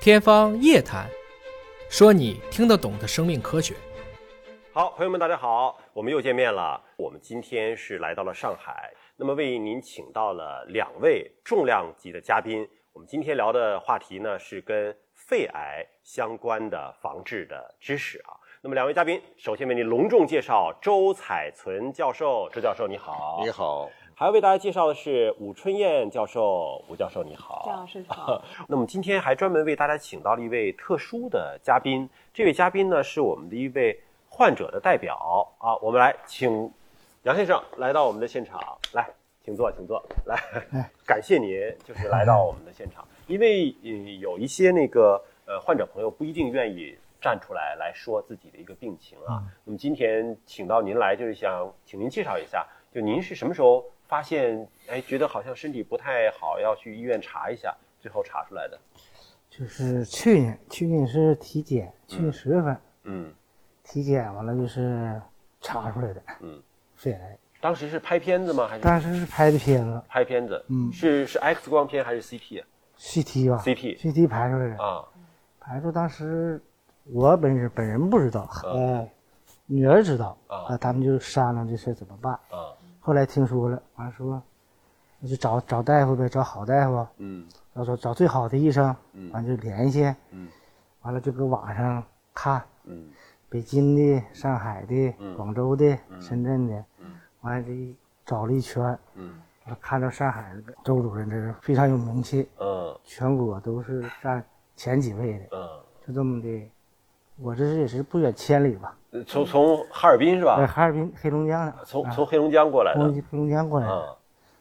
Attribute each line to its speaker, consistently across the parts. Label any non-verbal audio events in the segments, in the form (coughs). Speaker 1: 天方夜谭，说你听得懂的生命科学。
Speaker 2: 好，朋友们，大家好，我们又见面了。我们今天是来到了上海，那么为您请到了两位重量级的嘉宾。我们今天聊的话题呢是跟肺癌相关的防治的知识啊。那么两位嘉宾，首先为您隆重介绍周彩存教授，周教授你好，
Speaker 3: 你好，
Speaker 2: 还要为大家介绍的是吴春燕教授，吴教授你好，
Speaker 4: 张老师好。
Speaker 2: 那么今天还专门为大家请到了一位特殊的嘉宾，这位嘉宾呢是我们的一位患者的代表啊，我们来请杨先生来到我们的现场，来，请坐，请坐，来，感谢您就是来到我们的现 (laughs) 场，因为呃有一些那个呃患者朋友不一定愿意。站出来来说自己的一个病情啊，那么今天请到您来，就是想请您介绍一下，就您是什么时候发现，哎，觉得好像身体不太好，要去医院查一下，最后查出来的？
Speaker 5: 就是去年，去年是体检，去年十月份、
Speaker 2: 嗯，
Speaker 5: 体检完了就是查出来的，
Speaker 2: 嗯，
Speaker 5: 肺癌。
Speaker 2: 当时是拍片子吗？还是
Speaker 5: 当时是拍的片子
Speaker 2: 拍片子？
Speaker 5: 嗯
Speaker 2: 嗯是是 X 光片还是 CT 啊？
Speaker 5: ，CT 吧
Speaker 2: CT
Speaker 5: CT 排出来的，
Speaker 2: 啊，
Speaker 5: 排出当时我本人本人不知道，
Speaker 2: 嗯
Speaker 5: 呃，女儿知道，
Speaker 2: 啊
Speaker 5: 呃他们就商量这事儿怎么办。
Speaker 2: 啊，
Speaker 5: 后来听说了，完了说，那就找找大夫呗，找好大夫，
Speaker 2: 嗯
Speaker 5: 找找找最好的医生，
Speaker 2: 嗯
Speaker 5: 完了就联系，
Speaker 2: 嗯
Speaker 5: 完了就搁网上看，
Speaker 2: 嗯
Speaker 5: 北京的、上海的、
Speaker 2: 嗯
Speaker 5: 广州的、深圳的，
Speaker 2: 嗯
Speaker 5: 完了这找了一圈，
Speaker 2: 嗯
Speaker 5: 我看到上海这个周主任这是非常有名气，
Speaker 2: 嗯
Speaker 5: 全国都是占前几位的，
Speaker 2: 嗯
Speaker 5: 就这么的。我这是也是不远千里吧，
Speaker 2: 呃，从从哈尔滨是 (laughs)
Speaker 5: 在
Speaker 2: 吧？
Speaker 5: 哈尔滨、黑龙江的，
Speaker 2: 啊从
Speaker 5: 啊
Speaker 2: 从黑龙江过来
Speaker 5: 从
Speaker 2: 的
Speaker 5: 黑龙江过来的，
Speaker 2: 啊。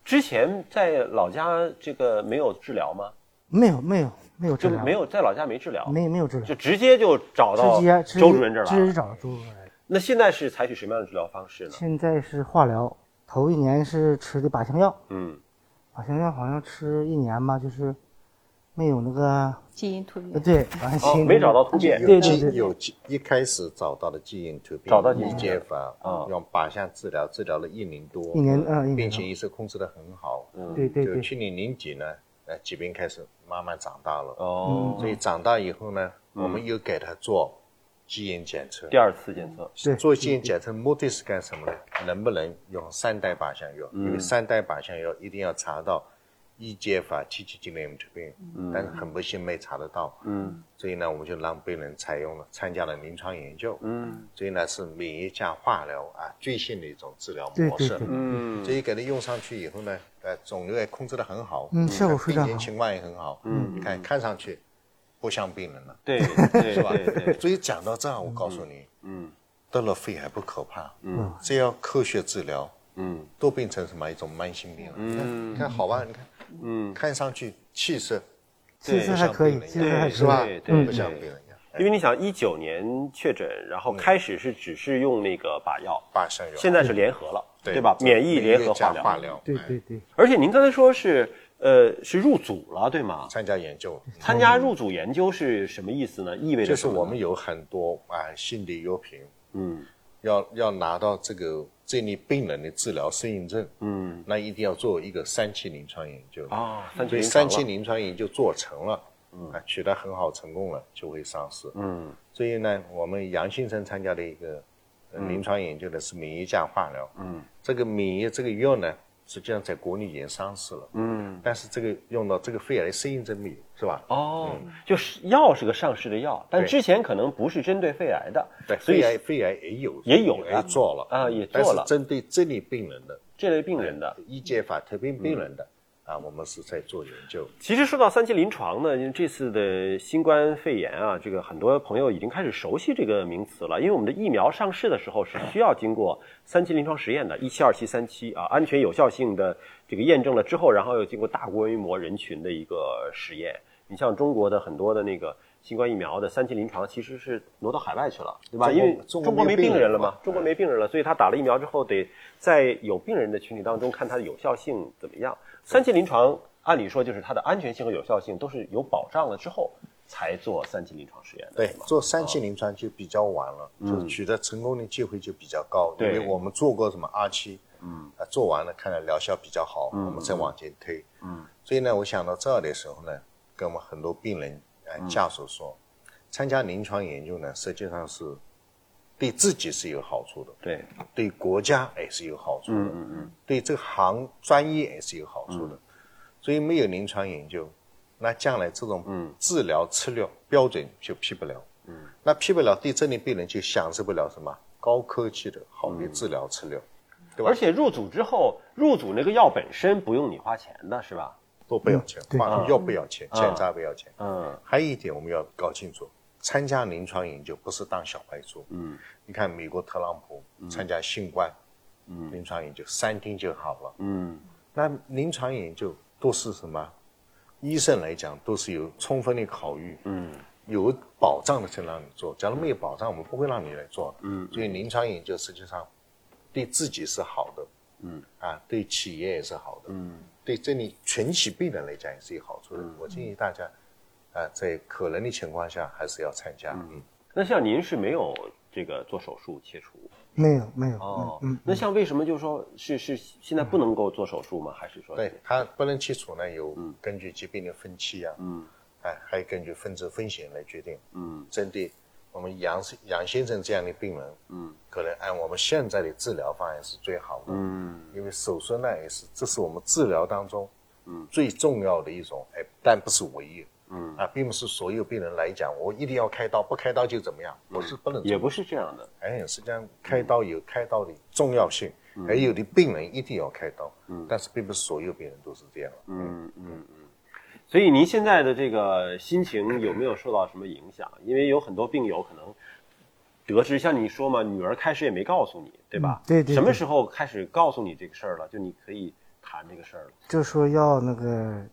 Speaker 2: 之前在老家这个没有治疗吗？
Speaker 5: 没有没有没有治
Speaker 2: 就
Speaker 5: 疗，
Speaker 2: 没有在老家没治疗，
Speaker 5: 没没有治疗，
Speaker 2: 就直接就找到
Speaker 5: 直接直接
Speaker 2: 周主任这儿
Speaker 5: 直接
Speaker 2: 了。
Speaker 5: 找到周主任来了。
Speaker 2: 那现在是采取什么样的治疗方式呢？
Speaker 5: 现在是化疗，头一年是吃的靶向药，
Speaker 2: 嗯
Speaker 5: 靶向啊药好像吃一年吧，就是没有那个
Speaker 4: 基因突
Speaker 5: 呃
Speaker 4: 变，
Speaker 5: 对，完
Speaker 2: 哦
Speaker 5: 心、
Speaker 2: 没找到突变
Speaker 5: 对
Speaker 3: 有
Speaker 5: 对对
Speaker 3: 基有基一开始找到了基因突变，
Speaker 2: 找到基因
Speaker 3: 理解法
Speaker 2: 啊
Speaker 3: 用靶向治疗，治疗了一年多，
Speaker 5: 一年嗯一年
Speaker 3: 并
Speaker 5: 多
Speaker 3: 且医生控制的很好，
Speaker 2: 嗯
Speaker 5: 对对
Speaker 3: 就
Speaker 5: 对，
Speaker 3: 去年年底呢，呃，疾病开始慢慢长大了，
Speaker 2: 哦，
Speaker 5: 嗯
Speaker 3: 所以长大以后呢，
Speaker 2: 嗯
Speaker 3: 我们又给他做基因检测
Speaker 2: 第。二次检测，
Speaker 5: 对
Speaker 3: 做基因检测目的是干什么呢？能不能用三代靶向药？
Speaker 2: 嗯
Speaker 3: 因为三代靶向药一定要查到 EGFR 提取精联突变，但是很不幸没查得到。
Speaker 2: 嗯
Speaker 3: 所以呢，我们就让病人采用了参加了临床研究，
Speaker 2: 嗯
Speaker 3: 所以呢是免疫加化疗啊最新的一种治疗
Speaker 5: 对
Speaker 3: 模
Speaker 5: 对
Speaker 3: 式。
Speaker 5: 对
Speaker 2: 嗯
Speaker 3: 所以给它用上去以后呢，呃，肿瘤也控制的很好，
Speaker 5: 嗯效果非
Speaker 3: 病
Speaker 5: 常
Speaker 3: 情
Speaker 5: 好
Speaker 3: 情况也很好，嗯，你看看上去不像病人了，
Speaker 2: 对对
Speaker 3: 是吧
Speaker 2: 对对，？
Speaker 3: 所以讲到这儿，我告诉你，
Speaker 2: 嗯
Speaker 3: 得了肺癌不可怕，
Speaker 2: 嗯，
Speaker 3: 只要科学治疗，
Speaker 2: 嗯
Speaker 3: 都变成什么一种慢性病了。
Speaker 5: 嗯
Speaker 3: 你看，你看好吧，你看
Speaker 2: 嗯，
Speaker 3: 看上去气色
Speaker 5: 气
Speaker 3: 不
Speaker 5: 色还
Speaker 3: 像
Speaker 5: 可
Speaker 3: 病
Speaker 5: 以，
Speaker 3: 人
Speaker 5: 气
Speaker 3: 一
Speaker 5: 色
Speaker 3: 样
Speaker 5: 还
Speaker 2: 对
Speaker 5: 可
Speaker 3: 是吧
Speaker 2: 对？对
Speaker 3: 不像病人一样，
Speaker 2: 因为你想一九年确诊，然后开始是只是用那个靶药，
Speaker 3: 八项药，
Speaker 2: 现在是联合了，
Speaker 3: 对
Speaker 2: 吧？免疫联合
Speaker 3: 加
Speaker 2: 化疗，
Speaker 3: 化疗，
Speaker 5: 对
Speaker 3: 哎
Speaker 5: 对对，
Speaker 2: 而且您刚才说是呃是入组了，对吗？
Speaker 3: 参加研究，
Speaker 2: 参加入组研究是什么意思呢？意味着
Speaker 3: 就是
Speaker 2: 什么呢
Speaker 3: 我们有很多啊新的药品，
Speaker 2: 嗯
Speaker 3: 要要拿到这个这类病人的治疗适应症，
Speaker 2: 嗯
Speaker 3: 那一定要做一个三期临床研究。
Speaker 2: 啊，三
Speaker 3: 所
Speaker 2: 期
Speaker 3: 以
Speaker 2: 临
Speaker 3: 三
Speaker 2: 床
Speaker 3: 期
Speaker 2: 了
Speaker 3: 临床研究做成了，啊，取得很好成功了，就会上市。
Speaker 2: 嗯
Speaker 3: 所以呢，我们杨先生参加的一个呃临床研究呢是免疫加化疗，
Speaker 2: 嗯
Speaker 3: 这个免疫这个药呢，实际上在国内已经上市了，
Speaker 2: 嗯
Speaker 3: 但是这个用到这个肺癌适应症里是吧？
Speaker 2: 哦，就是药是个上市的药，但
Speaker 3: 对
Speaker 2: 之前可能不是针对肺癌的，
Speaker 3: 对，
Speaker 2: 所以
Speaker 3: 肺癌肺癌也有
Speaker 2: 也有
Speaker 3: 也
Speaker 2: 的
Speaker 3: 做了
Speaker 2: 啊也
Speaker 3: 但
Speaker 2: 做
Speaker 3: 是
Speaker 2: 了
Speaker 3: 针对这类病人的
Speaker 2: 这类病人的。嗯
Speaker 3: EGFR 特别病人的啊，我们是在做研究。
Speaker 2: 其实说到三期临床呢，因为这次的新冠肺炎啊，这个很多朋友已经开始熟悉这个名词了。因为我们的疫苗上市的时候是需要经过三期临床实验 (laughs) 的，一期、二期、三期啊，安全有效性的这个验证了之后，然后又经过大规模人群的一个实验。你像中国的很多的那个新冠疫苗的三期临床，其实是挪到海外去了，对吧？
Speaker 3: 中
Speaker 2: 因
Speaker 3: 国
Speaker 2: 为
Speaker 3: 中国
Speaker 2: 中国没
Speaker 3: 没有病
Speaker 2: 病人
Speaker 3: 人
Speaker 2: 了
Speaker 3: 了
Speaker 2: 嘛
Speaker 3: 嘛，
Speaker 2: 中国没病人了，所以他打了疫苗之后，得在有病人的群体当中看它的有效性怎么样。三期临床按理说就是它的安全性和有效性都是有保障了之后才做三期临床实验的，
Speaker 3: 对
Speaker 2: 是吗，
Speaker 3: 做三期临床就比较晚了，就取得成功的机会就比较高，因
Speaker 2: 对
Speaker 3: 为我们做过什么二期，嗯，啊，做完了看来疗效比较好，我们再往前推，嗯，所以呢，我想到这儿的时候呢，跟我们很多病人啊、按家属说，参加临床研究呢，实际上是对自己是有好处的，
Speaker 2: 对，
Speaker 3: 对国家也是有好处的，
Speaker 2: 嗯嗯嗯，
Speaker 3: 对这个行专业也是有好处的。所以没有临床研究，那将来这
Speaker 2: 嗯
Speaker 3: 种治疗策略标准就批不了。嗯，那批不了，对这类病人就享受不了什么高科技的好
Speaker 2: 嗯
Speaker 3: 的治疗策略。对吧
Speaker 2: 而且入组之后，入组那个药本身不用你花钱的是吧？
Speaker 3: 都不要钱，
Speaker 5: 对
Speaker 3: 化药不要钱，
Speaker 2: 嗯
Speaker 3: 检查不要钱。
Speaker 2: 嗯
Speaker 3: 还有一点我们要搞清楚，参加临床研究不是当小白猪。
Speaker 2: 嗯，
Speaker 3: 你看美国特朗普参加新冠，嗯，临床研究三天就好了。
Speaker 2: 嗯
Speaker 3: 那临床研究都是什么？医生来讲都是有充分的考虑，嗯，有保障的才让你做。假如没有保障，我们不会让你来做。嗯，所以临床研究实际上对自己是好的，嗯，啊，对企业也是好的，嗯，对这里群体病人来讲也是有好处的。我建议大家，啊，在可能的情况下还是要参加。嗯，
Speaker 2: 那像您是没有这个做手术切除
Speaker 5: 没有没有，
Speaker 2: 哦，
Speaker 5: 嗯，
Speaker 2: 那像为什么就是说是是现在不能够做手术吗？还是说
Speaker 3: 对，它不能切除呢，有根据疾病的分期啊，
Speaker 2: 嗯
Speaker 3: 哎，还有根据分子风险来决定。
Speaker 2: 嗯
Speaker 3: 针对我们杨先杨先生这样的病人，
Speaker 2: 嗯，
Speaker 3: 可能按我们现在的治疗方案是最好的，
Speaker 2: 嗯
Speaker 3: 因为手术呢也是，这是我们治疗当中，嗯，最重要的一种，哎，但不是唯一，嗯，啊，并不是所有病人来讲，我一定要开刀，不开刀就怎么样，我是不能做
Speaker 2: 也不是这样的，
Speaker 3: 哎，实际上开刀有开刀的重要性，还有的病人一定要开刀，嗯，但是并不是所有病人都是这样，嗯，
Speaker 2: 所以您现在的这个心情有没有受到什么影响？因为有很多病友可能得知，像你说嘛，女儿开始也没告诉你，对吧？
Speaker 5: 嗯对对对
Speaker 2: 什么时候开始告诉你这个事儿了？就你可以谈这个事儿了。
Speaker 5: 就说要那个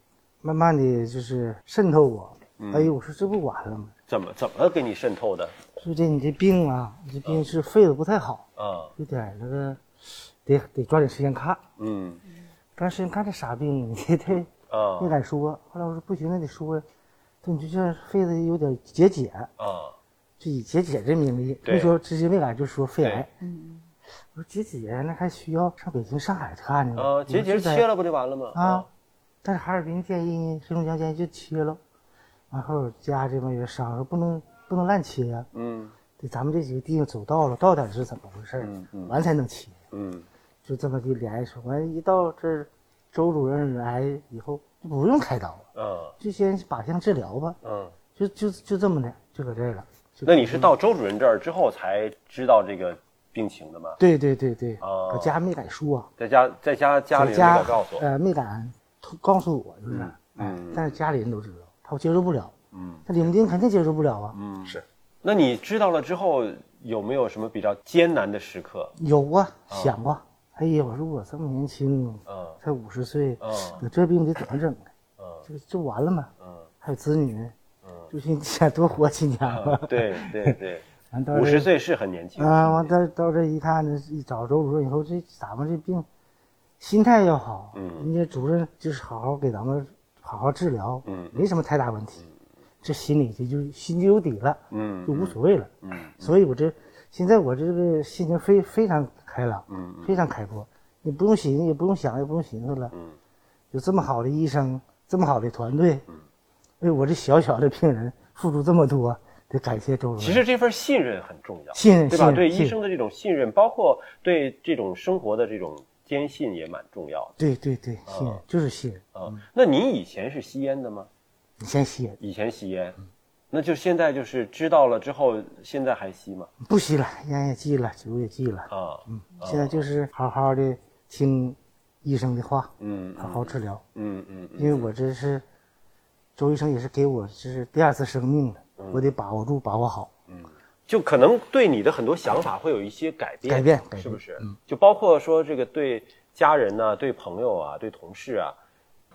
Speaker 5: 慢慢的就是渗透我。
Speaker 2: 嗯
Speaker 5: 哎呦，我说这不完了吗？
Speaker 2: 怎么怎么给你渗透的？
Speaker 5: 说这你这病啊，你这
Speaker 2: 嗯
Speaker 5: 病是肺的不太好，
Speaker 2: 啊，
Speaker 5: 有点儿那个，得得抓紧时间看，
Speaker 2: 嗯，
Speaker 5: 抓紧时间看这啥病， (laughs) 你得
Speaker 2: 啊
Speaker 5: 没敢说。后来我说不行，那得说呀，对你就像肺的有点结节，
Speaker 2: 啊，
Speaker 5: 就以结节这名义，
Speaker 2: 对
Speaker 5: 那时候直接没敢就说肺癌
Speaker 2: 对。
Speaker 5: 嗯，我说结节那还需要上北京、上海看去吗？
Speaker 2: 啊，结节
Speaker 5: 你说在
Speaker 2: 切了哦不就完了吗？
Speaker 5: 啊，但是哈尔滨建议黑龙江建议就切了，然后家这边也商量说不能不能滥切呀、
Speaker 2: 嗯
Speaker 5: 得咱们这几个地方走到了，到底是怎么回事儿，
Speaker 2: 嗯嗯
Speaker 5: 完才能切，
Speaker 2: 嗯
Speaker 5: 就这么地联系说，完一到这儿，周主任来以后就不用开刀了，
Speaker 2: 啊
Speaker 5: 就先靶向治疗吧，
Speaker 2: 嗯。
Speaker 5: 就就就这么的，就搁这儿了。就
Speaker 2: 那你是到周主任这儿之后才知道这个病情的吗？
Speaker 5: 对对对对，
Speaker 2: 哦
Speaker 5: 搁家没敢说、
Speaker 2: 在家，在家家里人
Speaker 5: 在
Speaker 2: 没
Speaker 5: 家
Speaker 2: 敢告诉我。
Speaker 5: 呃没敢通告诉我，就是，
Speaker 2: 嗯
Speaker 5: 哎但是家里人都知道，怕我接受不了。
Speaker 2: 嗯，
Speaker 5: 那李木丁肯定接受不了啊。
Speaker 3: 哎是。
Speaker 2: 那你知道了之后，有没有什么比较艰难的时刻？
Speaker 5: 有啊，想过。哎呀，我说我这么年轻，啊
Speaker 2: 嗯
Speaker 5: 才五十岁，
Speaker 2: 嗯
Speaker 5: 得这病得怎么整啊？
Speaker 2: 嗯
Speaker 5: 这这完了吗？
Speaker 2: 嗯
Speaker 5: 还有子女，就是你想多活几年吧。 (laughs)
Speaker 2: 对对对，
Speaker 5: 完到这
Speaker 2: 嗯五十岁是很年轻。
Speaker 5: 啊，完到到这一看，这一找周主任以后，这咱们这病，心态要好，
Speaker 2: 嗯
Speaker 5: 人家主任就是好好给咱们好好治疗，
Speaker 2: 嗯
Speaker 5: 没什么太大问题，这心里就就心就有底了，
Speaker 2: 嗯
Speaker 5: 就无所谓了，
Speaker 2: 嗯
Speaker 5: 所以我这现在我这个心情非非常开朗，
Speaker 2: 嗯
Speaker 5: 非常开阔，你不用寻，也不用想，也不用寻思了，
Speaker 2: 嗯
Speaker 5: 有这么好的医生，这么好的团队，为我这小小的病人付出这么多，得感谢周主任。
Speaker 2: 其实这份信任很重要，
Speaker 5: 信任
Speaker 2: 对吧？
Speaker 5: 信任
Speaker 2: 对
Speaker 5: 信任
Speaker 2: 医生的这种信任，包括对这种生活的这种坚信也蛮重要
Speaker 5: 对对对，信任就是信任。
Speaker 2: 的啊。那您以前是吸烟的吗？
Speaker 5: 你先歇，
Speaker 2: 以前吸烟，
Speaker 5: 嗯
Speaker 2: 那就现在就是知道了之后，现在还吸吗？
Speaker 5: 不吸了，烟也戒了，酒也戒了，
Speaker 2: 啊，嗯
Speaker 5: 现在就是好好的听医生的话，
Speaker 2: 嗯
Speaker 5: 好好治疗。
Speaker 2: 嗯嗯
Speaker 5: 因为我这是周医生也是给我这是第二次生命了，
Speaker 2: 嗯
Speaker 5: 我得把握住，把握好。
Speaker 2: 就可能对你的很多想法会有一些改变，
Speaker 5: 改变改变嗯
Speaker 2: 是不是？就包括说这个对家人呐、对朋友啊、对同事啊，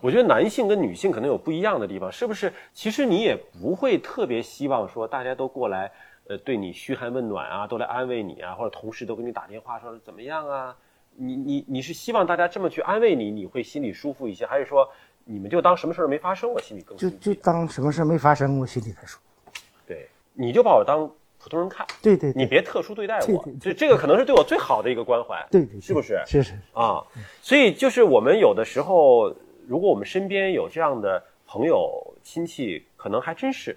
Speaker 2: 我觉得男性跟女性可能有不一样的地方，是不是？其实你也不会特别希望说大家都过来，呃，对你嘘寒问暖啊，都来安慰你啊，或者同事都给你打电话说怎么样啊？你你你是希望大家这么去安慰你，你会心里舒服一些，还是说你们就当什么事儿没发生，我心里更
Speaker 5: 就
Speaker 2: 舒服
Speaker 5: 就当什么事没发生，我心里才舒服。
Speaker 2: 对，你就把我当普通人看。
Speaker 5: 对对
Speaker 2: 你
Speaker 5: 对，
Speaker 2: 别特殊对待
Speaker 5: 对
Speaker 2: 我
Speaker 5: 对，
Speaker 2: 这这个可能是对我最好的一个关怀，
Speaker 5: 对对，
Speaker 2: 是不是？
Speaker 5: 是是，
Speaker 2: 啊，所以就是我们有的时候，如果我们身边有这样的朋友亲戚，可能还真是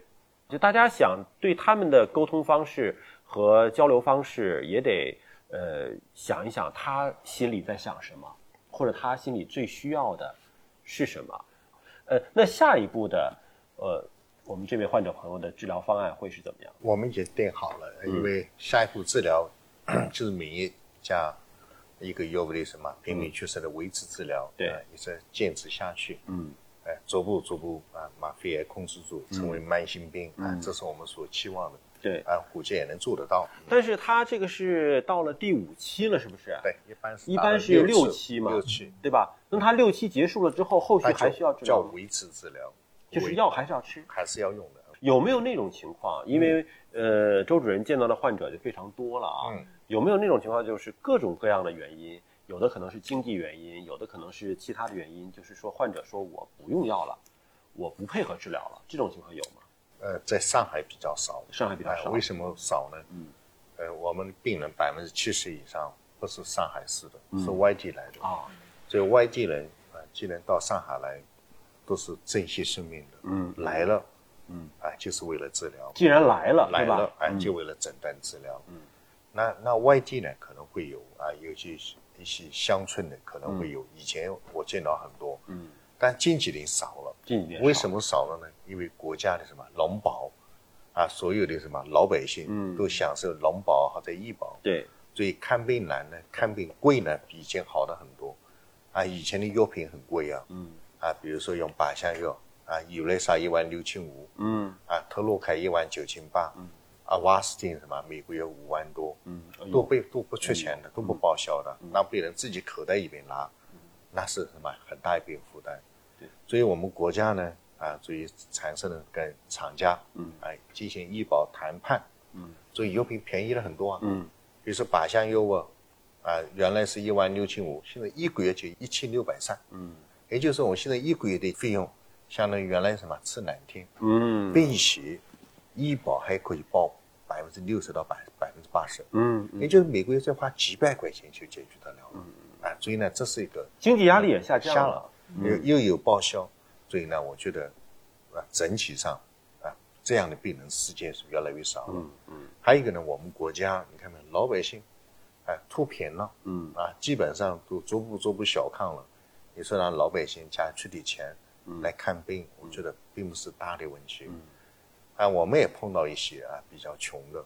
Speaker 2: 就大家想对他们的沟通方式和交流方式，也得呃想一想他心里在想什么，或者他心里最需要的是什么。呃，那下一步的呃，我们这位患者朋友的治疗方案会是怎么样？
Speaker 3: 我们已经定好了，
Speaker 2: 嗯
Speaker 3: 因为下一步治疗 (coughs) 就是免疫加一个 u v 的什么平民缺失的维持治疗，
Speaker 2: 对
Speaker 3: 呃也是坚持下去，
Speaker 2: 嗯，
Speaker 3: 哎，逐步逐步啊，把肺癌控制住，成为慢性病，啊，这是我们所期望的，
Speaker 2: 嗯对。
Speaker 3: 啊，虎健也能做得到，
Speaker 2: 但是他这个是到了第五期了，是不是？，
Speaker 3: 对，一般是
Speaker 2: 一
Speaker 3: 达到
Speaker 2: 般是
Speaker 3: 六
Speaker 2: 期嘛，
Speaker 3: 六期，
Speaker 2: 对吧？那他六期结束了之后，后续
Speaker 3: 它
Speaker 2: 还需要治
Speaker 3: 叫
Speaker 2: 疗吗，
Speaker 3: 维持治疗，
Speaker 2: 就是
Speaker 3: 维
Speaker 2: 药还是要吃。
Speaker 3: 还是要用的，
Speaker 2: 有没有那种情
Speaker 3: 嗯
Speaker 2: 况？因为、呃，周主任见到的患者就非常多了啊。
Speaker 3: 嗯
Speaker 2: 有没有那种情况，就是各种各样的原因，有的可能是经济原因，有的可能是其他的原因，就是说患者说我不用药了，我不配合治疗了，这种情况有吗？
Speaker 3: 呃，在上海比较少，
Speaker 2: 上海比较
Speaker 3: 哎
Speaker 2: 少
Speaker 3: 为什么少呢？
Speaker 2: 嗯，
Speaker 3: 呃，我们病人百分之七十以上不是上海市的，
Speaker 2: 嗯
Speaker 3: 是外地来的，
Speaker 2: 啊，
Speaker 3: 所以外地人啊，既然到上海来，都是珍惜生命的，
Speaker 2: 嗯
Speaker 3: 来了，
Speaker 2: 嗯，
Speaker 3: 啊，就是为了治疗，
Speaker 2: 既然来了，
Speaker 3: 来
Speaker 2: 对吧嗯
Speaker 3: 了，啊，就为了诊断治疗，嗯，那那外地呢，可能会有啊，尤其是一些乡村的可能会有，以前我见到很多，
Speaker 2: 嗯，
Speaker 3: 但近几年少了。
Speaker 2: 近几年
Speaker 3: 为什
Speaker 2: 么？
Speaker 3: 么少了呢？因为国家的什么农保啊，所有的什么老百
Speaker 2: 嗯
Speaker 3: 姓都享受农保或者医保，
Speaker 2: 对，
Speaker 3: 所以看病难呢，看病贵呢，比以前好了很多。啊，以前的药品很贵啊，
Speaker 2: 嗯
Speaker 3: 啊，比如说用靶向药啊，有雷沙一万六千五，
Speaker 2: 嗯
Speaker 3: 啊，特洛凯一万九千八，啊，瓦斯汀什么每个月五万多，
Speaker 2: 嗯，哎呦
Speaker 3: 都被都不缺钱的，都不报销的，那病人自己口袋里面拿，那是什么很大一笔负担。
Speaker 2: 嗯对，
Speaker 3: 所以我们国家呢，啊，所以产生了跟厂家，嗯，哎，进行医保谈判，嗯，所以药品便宜了很多啊，
Speaker 2: 嗯，
Speaker 3: 比如说靶向药啊，啊，原来是一万六千五，现在一个月就一千六百三，嗯，也就是我现在一个月的费用，相当于原来什么吃两天，
Speaker 2: 嗯
Speaker 3: 并且医保还可以报百分之六十到百百分之八十，
Speaker 2: 嗯，
Speaker 3: 也就是每个月再花几百块钱就解决得了。啊，所以呢，这是一个
Speaker 2: 经济压力也下降
Speaker 3: 下了，又又有报销，所以呢，我觉得啊，整体上啊，这样的病人事件是越来越少了。还有一个呢，我们国家你看没有，老百姓啊脱贫了，
Speaker 2: 嗯
Speaker 3: 啊，基本上都逐步逐步小康了。你说让老百姓家出点钱来看病，我觉得并不是大的问题。啊，我们也碰到一些啊比较穷的，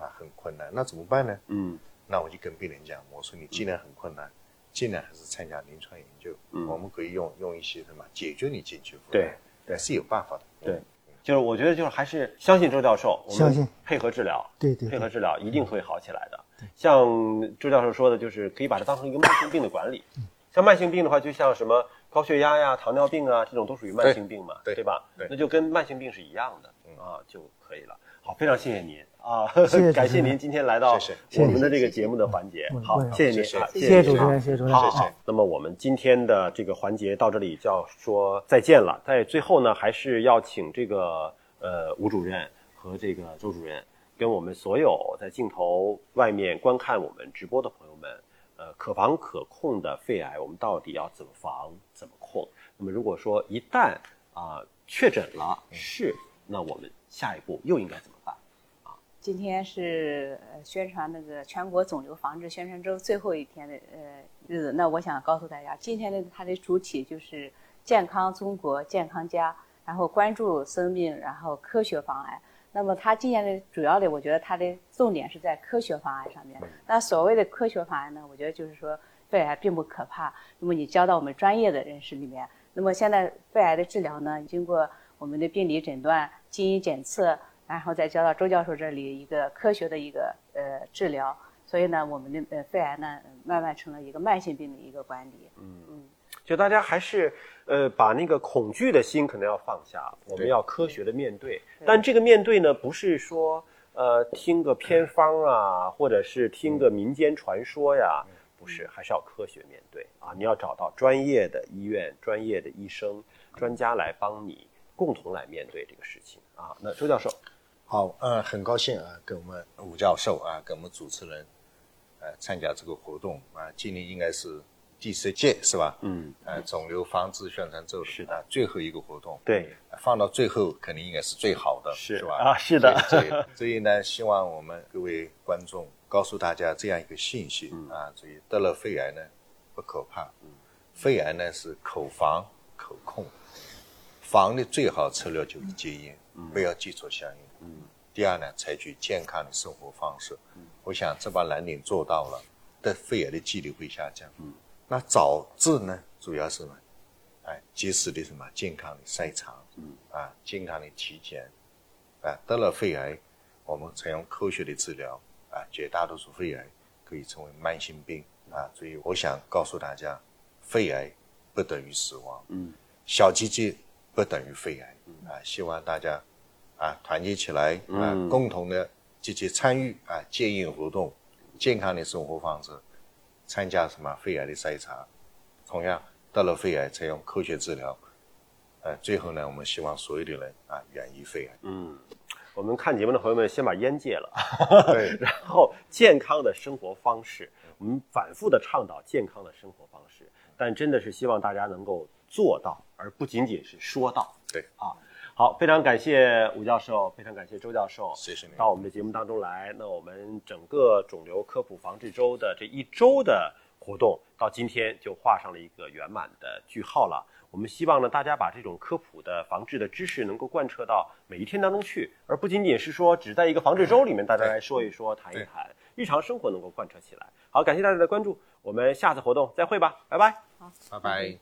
Speaker 3: 啊很困难，那怎么办呢？
Speaker 2: 嗯
Speaker 3: 那我就跟病人讲，我说你既然很困难，尽量还是参加临床研究，我们可以用用一些什么解决你经济负
Speaker 2: 嗯
Speaker 3: 担，
Speaker 2: 对
Speaker 3: 对，是有办法的。
Speaker 2: 对，就是我觉得就是还是相信周教授，我们
Speaker 5: 相信
Speaker 2: 配合治疗，
Speaker 5: 对对
Speaker 2: 配
Speaker 5: 对
Speaker 2: 合治疗一定会好起来的。像周教授说的，就是可以把它当成一个慢性病的管理。
Speaker 5: 嗯
Speaker 2: 像慢性病的话，就像什么高血压呀、糖尿病啊，这种都属于慢性病嘛，
Speaker 3: 对对
Speaker 2: 吧？
Speaker 3: 对嗯
Speaker 2: 那就跟慢性病是一样的啊，就可以了。好，非常谢谢您啊
Speaker 5: 谢
Speaker 2: (laughs)
Speaker 5: 谢，
Speaker 2: 感
Speaker 5: 主
Speaker 2: 谢
Speaker 5: 持人
Speaker 2: 您今天来到
Speaker 3: 谢谢
Speaker 2: 我们的这个节目的环节
Speaker 5: 嗯。
Speaker 2: 好，
Speaker 5: 嗯
Speaker 2: 谢谢
Speaker 3: 谢谢
Speaker 2: 您啊，
Speaker 5: 谢谢
Speaker 2: 您
Speaker 5: 主持
Speaker 2: 啊
Speaker 5: 人，谢谢主持人。
Speaker 2: 好好，那么我们今天的这个环节到这里就要说再见了。在最后呢，还是要请这个呃吴主任和这个周主任，跟我们所有在镜头外面观看我们直播的朋友们，呃，可防可控的肺癌，我们到底要怎么防、怎么控？那么如果说一旦啊、确诊了
Speaker 5: 嗯
Speaker 2: 是，那我们下一步又应该怎么办？
Speaker 4: 今天是呃宣传那个全国肿瘤防治宣传周最后一天的呃日子，那我想告诉大家，今天的它的主体就是健康中国、健康家，然后关注生命，然后科学防癌。那么它今年的主要的，我觉得它的重点是在科学防癌上面。那所谓的科学防癌呢，我觉得就是说肺癌并不可怕，那么你交到我们专业的人士里面。那么现在肺癌的治疗呢，经过我们的病理诊断、基因检测，然后再交到周教授这里一个科学的一个呃治疗。所以呢，我们的呃肺癌呢，慢慢成了一个慢性病的一个管理。
Speaker 2: 就大家还是呃把那个恐惧的心可能要放下，我们要科学的面对。但这个面对呢，不是说呃听个偏方啊，或者是听个民间传说呀，不是，还是要科学面对啊。你要找到专业的医院、专业的医生、专家来帮你共同来面对这个事情啊。那周教授，
Speaker 3: 好，呃，很高兴啊，跟我们吴教授啊，跟我们主持人，呃，参加这个活动啊，今年应该是第第十届是吧？
Speaker 2: 嗯，
Speaker 3: 呃，肿瘤防治宣传周
Speaker 2: 是的
Speaker 3: 的啊最后一个活动，
Speaker 2: 对，
Speaker 3: 放到最后肯定应该是最好的，
Speaker 2: 是
Speaker 3: 吧？
Speaker 2: 啊是的
Speaker 3: 所以所以 (laughs) 所以呢，希望我们各位观众告诉大家这样一个信息、
Speaker 2: 嗯
Speaker 3: 啊，所以得了肺癌呢不可怕，肺癌呢是口防口控，防的最好策略就是戒烟，
Speaker 2: 嗯
Speaker 3: 不要接触香烟。第二呢，采取健康的生活方式。
Speaker 2: 嗯
Speaker 3: 我想这把蓝领做到了，的肺癌的几率会下降。
Speaker 2: 嗯
Speaker 3: 那早治呢，主要是呢，哎，及时的什么健康的筛查，啊，健康的体检，啊，得了肺癌，我们采用科学的治疗，啊，绝大多数肺癌可以成为慢性病，啊，所以我想告诉大家，肺癌不等于死亡，
Speaker 2: 嗯，
Speaker 3: 小鸡鸡不等于肺癌，啊，希望大家啊团结起来，啊，共同的积极参与啊戒烟活动，健康的生活方式，参加什么肺癌的筛查，同样得了肺癌采用科学治疗。呃，最后呢，我们希望所有的人啊，远离肺癌。
Speaker 2: 我们看节目的朋友们先把烟戒
Speaker 3: (laughs)
Speaker 2: 了，
Speaker 3: 对，
Speaker 2: 然后健康的生活方式，我们反复的倡导健康的生活方式，但真的是希望大家能够做到，而不仅仅是说到。
Speaker 3: 对
Speaker 2: 啊，好，非常感谢吴教授，非常感谢周教授，
Speaker 3: 谢谢您
Speaker 2: 到我们的节目当中来。那我们整个肿瘤科普防治周的这一周的活动，到今天就画上了一个圆满的句号了。我们希望呢，大家把这种科普的防治的知识能够贯彻到每一天当中去，而不仅仅是说只在一个防治周里面大家来说一说、谈一谈，日常生活能够贯彻起来。好，感谢大家的关注，我们下次活动再会吧，拜拜。
Speaker 3: 拜拜。